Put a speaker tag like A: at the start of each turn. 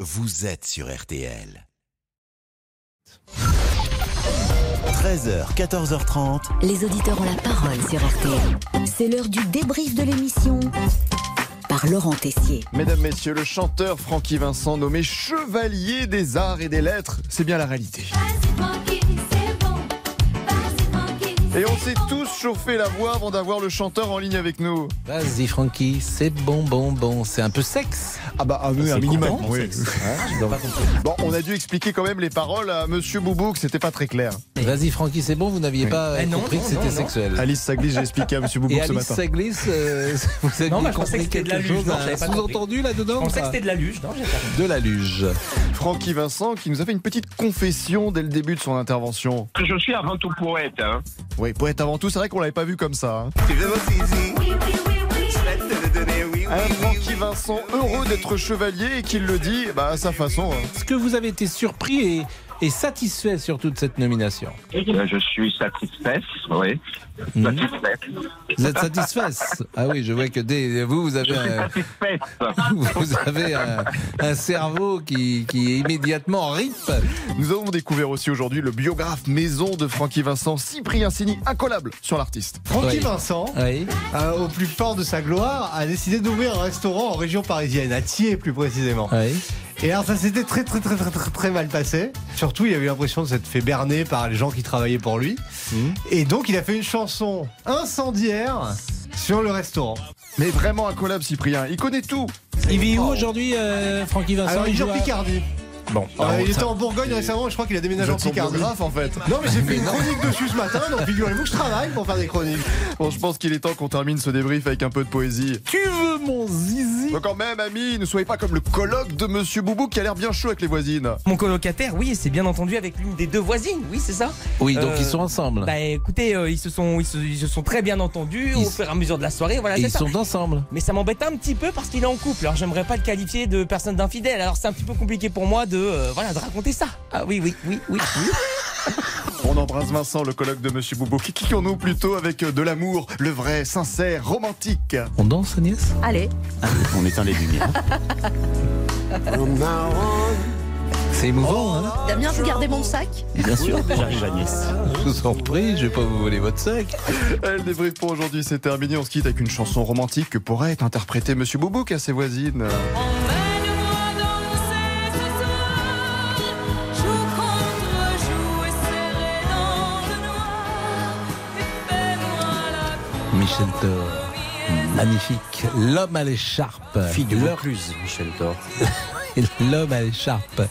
A: vous êtes sur RTL. 13h, 14h30.
B: Les auditeurs ont la parole sur RTL. C'est l'heure du débrief de l'émission par Laurent Tessier.
C: Mesdames, Messieurs, le chanteur Francky Vincent, nommé Chevalier des Arts et des Lettres, c'est bien la réalité. Et on s'est tous chauffé la voix avant d'avoir le chanteur en ligne avec nous.
D: Vas-y Francky, c'est bon, bon, bon. C'est un peu sexe.
C: Ah bah un, un minimum.
D: content,
C: oui.
D: Ah,
C: Bon, on a dû expliquer quand même les paroles à Monsieur Boubou que c'était pas très clair.
D: Vas-y Francky, c'est bon, vous n'aviez pas
E: Eh non,
D: compris que
E: non,
D: c'était
E: non, non.
D: sexuel.
C: Alice Saglis, j'ai expliqué à Monsieur Boubou
D: Et
C: ce
D: Alice
C: matin.
D: Saglis, euh, vous aviez
E: Non, moi, je pensais que
D: compris
E: c'était de
D: quelque
E: la luge.
D: chose,
E: Non,
D: un
E: j'avais pas compris.
D: sous-entendu
E: Je
D: là-dedans
E: pensais que
D: Ah,
E: c'était de la luge, non j'ai pas compris.
D: de la luge.
C: Francky Vincent qui nous a fait une petite confession dès le début de son intervention.
F: Euh, Je suis avant tout poète. Hein.
C: Oui, poète avant tout, c'est vrai qu'on l'avait pas vu comme ça. hein. Un Francky Vincent heureux d'être chevalier et qu'il le dit bah, à sa façon. hein.
D: Est-ce que vous avez été surpris et, et satisfait surtout de cette nomination
F: Euh, Je suis satisfait, oui.
D: Mhm.
F: Satisfait.
D: Vous êtes satisfait Ah oui, je vois que dès vous, vous avez un,
F: Satisfait.
D: vous avez un, un cerveau qui, qui est immédiatement rip.
C: Nous avons découvert aussi aujourd'hui le biographe maison de Francky Vincent, Cyprien Sini, incollable sur l'artiste.
G: Francky
D: Oui.
G: Vincent,
D: Oui.
G: euh, au plus fort de sa gloire, a décidé d'ouvrir un restaurant en région parisienne, à Thiers plus précisément.
D: Oui.
G: Et alors ça s'était très très très très très très mal passé. Surtout, il a eu l'impression de s'être fait berner par les gens qui travaillaient pour lui.
D: Mhm.
G: Et donc, il a fait une chanson incendiaire sur le restaurant.
C: Mais vraiment incollable, Cyprien. Il connaît tout.
D: Il vit où aujourd'hui, euh, Francky Vincent
G: Alors, il est
D: joue
G: en
D: à-
G: Picardie.
D: Bon,
G: Euh,
D: alors,
G: il était
D: ça- Ah,
G: en Bourgogne récemment, je crois qu'il a
C: Je
G: déménagé en
C: suis
G: Picardie.
C: biographe en fait.
G: Non, mais j'ai fait une chronique dessus ce matin, donc figurez-vous que je travaille pour faire des chroniques.
C: Bon, je pense qu'il est temps qu'on termine ce débrief avec un peu de poésie.
D: tu veux mon zizi
C: Mais quand même, ami, ne soyez pas comme le colloque de Monsieur Boubou qui a l'air bien chaud avec les voisines.
E: Mon colocataire, oui, c'est bien entendu avec l'une des deux voisines, oui, c'est ça.
D: Oui, donc
E: Euh,
D: ils sont ensemble.
E: Bah écoutez, euh, ils, se sont, ils, se, ils se sont très bien entendus
D: Ils
E: au
D: s-
E: fur et à mesure de la soirée, voilà,
D: Et
E: c'est
D: ils
E: ça.
D: sont ensemble.
E: Mais ça m'embête un petit peu parce qu'il est en couple, alors j'aimerais pas le qualifier de personne d'infidèle, alors c'est un petit peu compliqué pour moi de, euh, voilà, de raconter ça. Ah oui, oui, oui, oui. oui.
C: On embrasse Vincent, le colloque de Monsieur Boubou. Quittons-nous plutôt avec euh, de l'amour, le vrai, sincère, romantique.
D: On danse, Agnès
B: Allez,
A: On éteint les lumières.
D: C'est émouvant, hein
B: Damien, vous gardez mon sac
A: Bien sûr, j'arrive à Nice.
D: Je vous en prie, je vais pas vous voler votre sac.
C: Eh, Le débrief pour aujourd'hui, c'est terminé. On se quitte avec une chanson romantique que pourrait être interprétée Monsieur Boubou à ses voisines.
D: Michel Thor, magnifique. L'homme à l'écharpe.
A: Fille de
D: L'heure-
A: Vaucluse, Michel Thor.
D: L'homme à l'écharpe.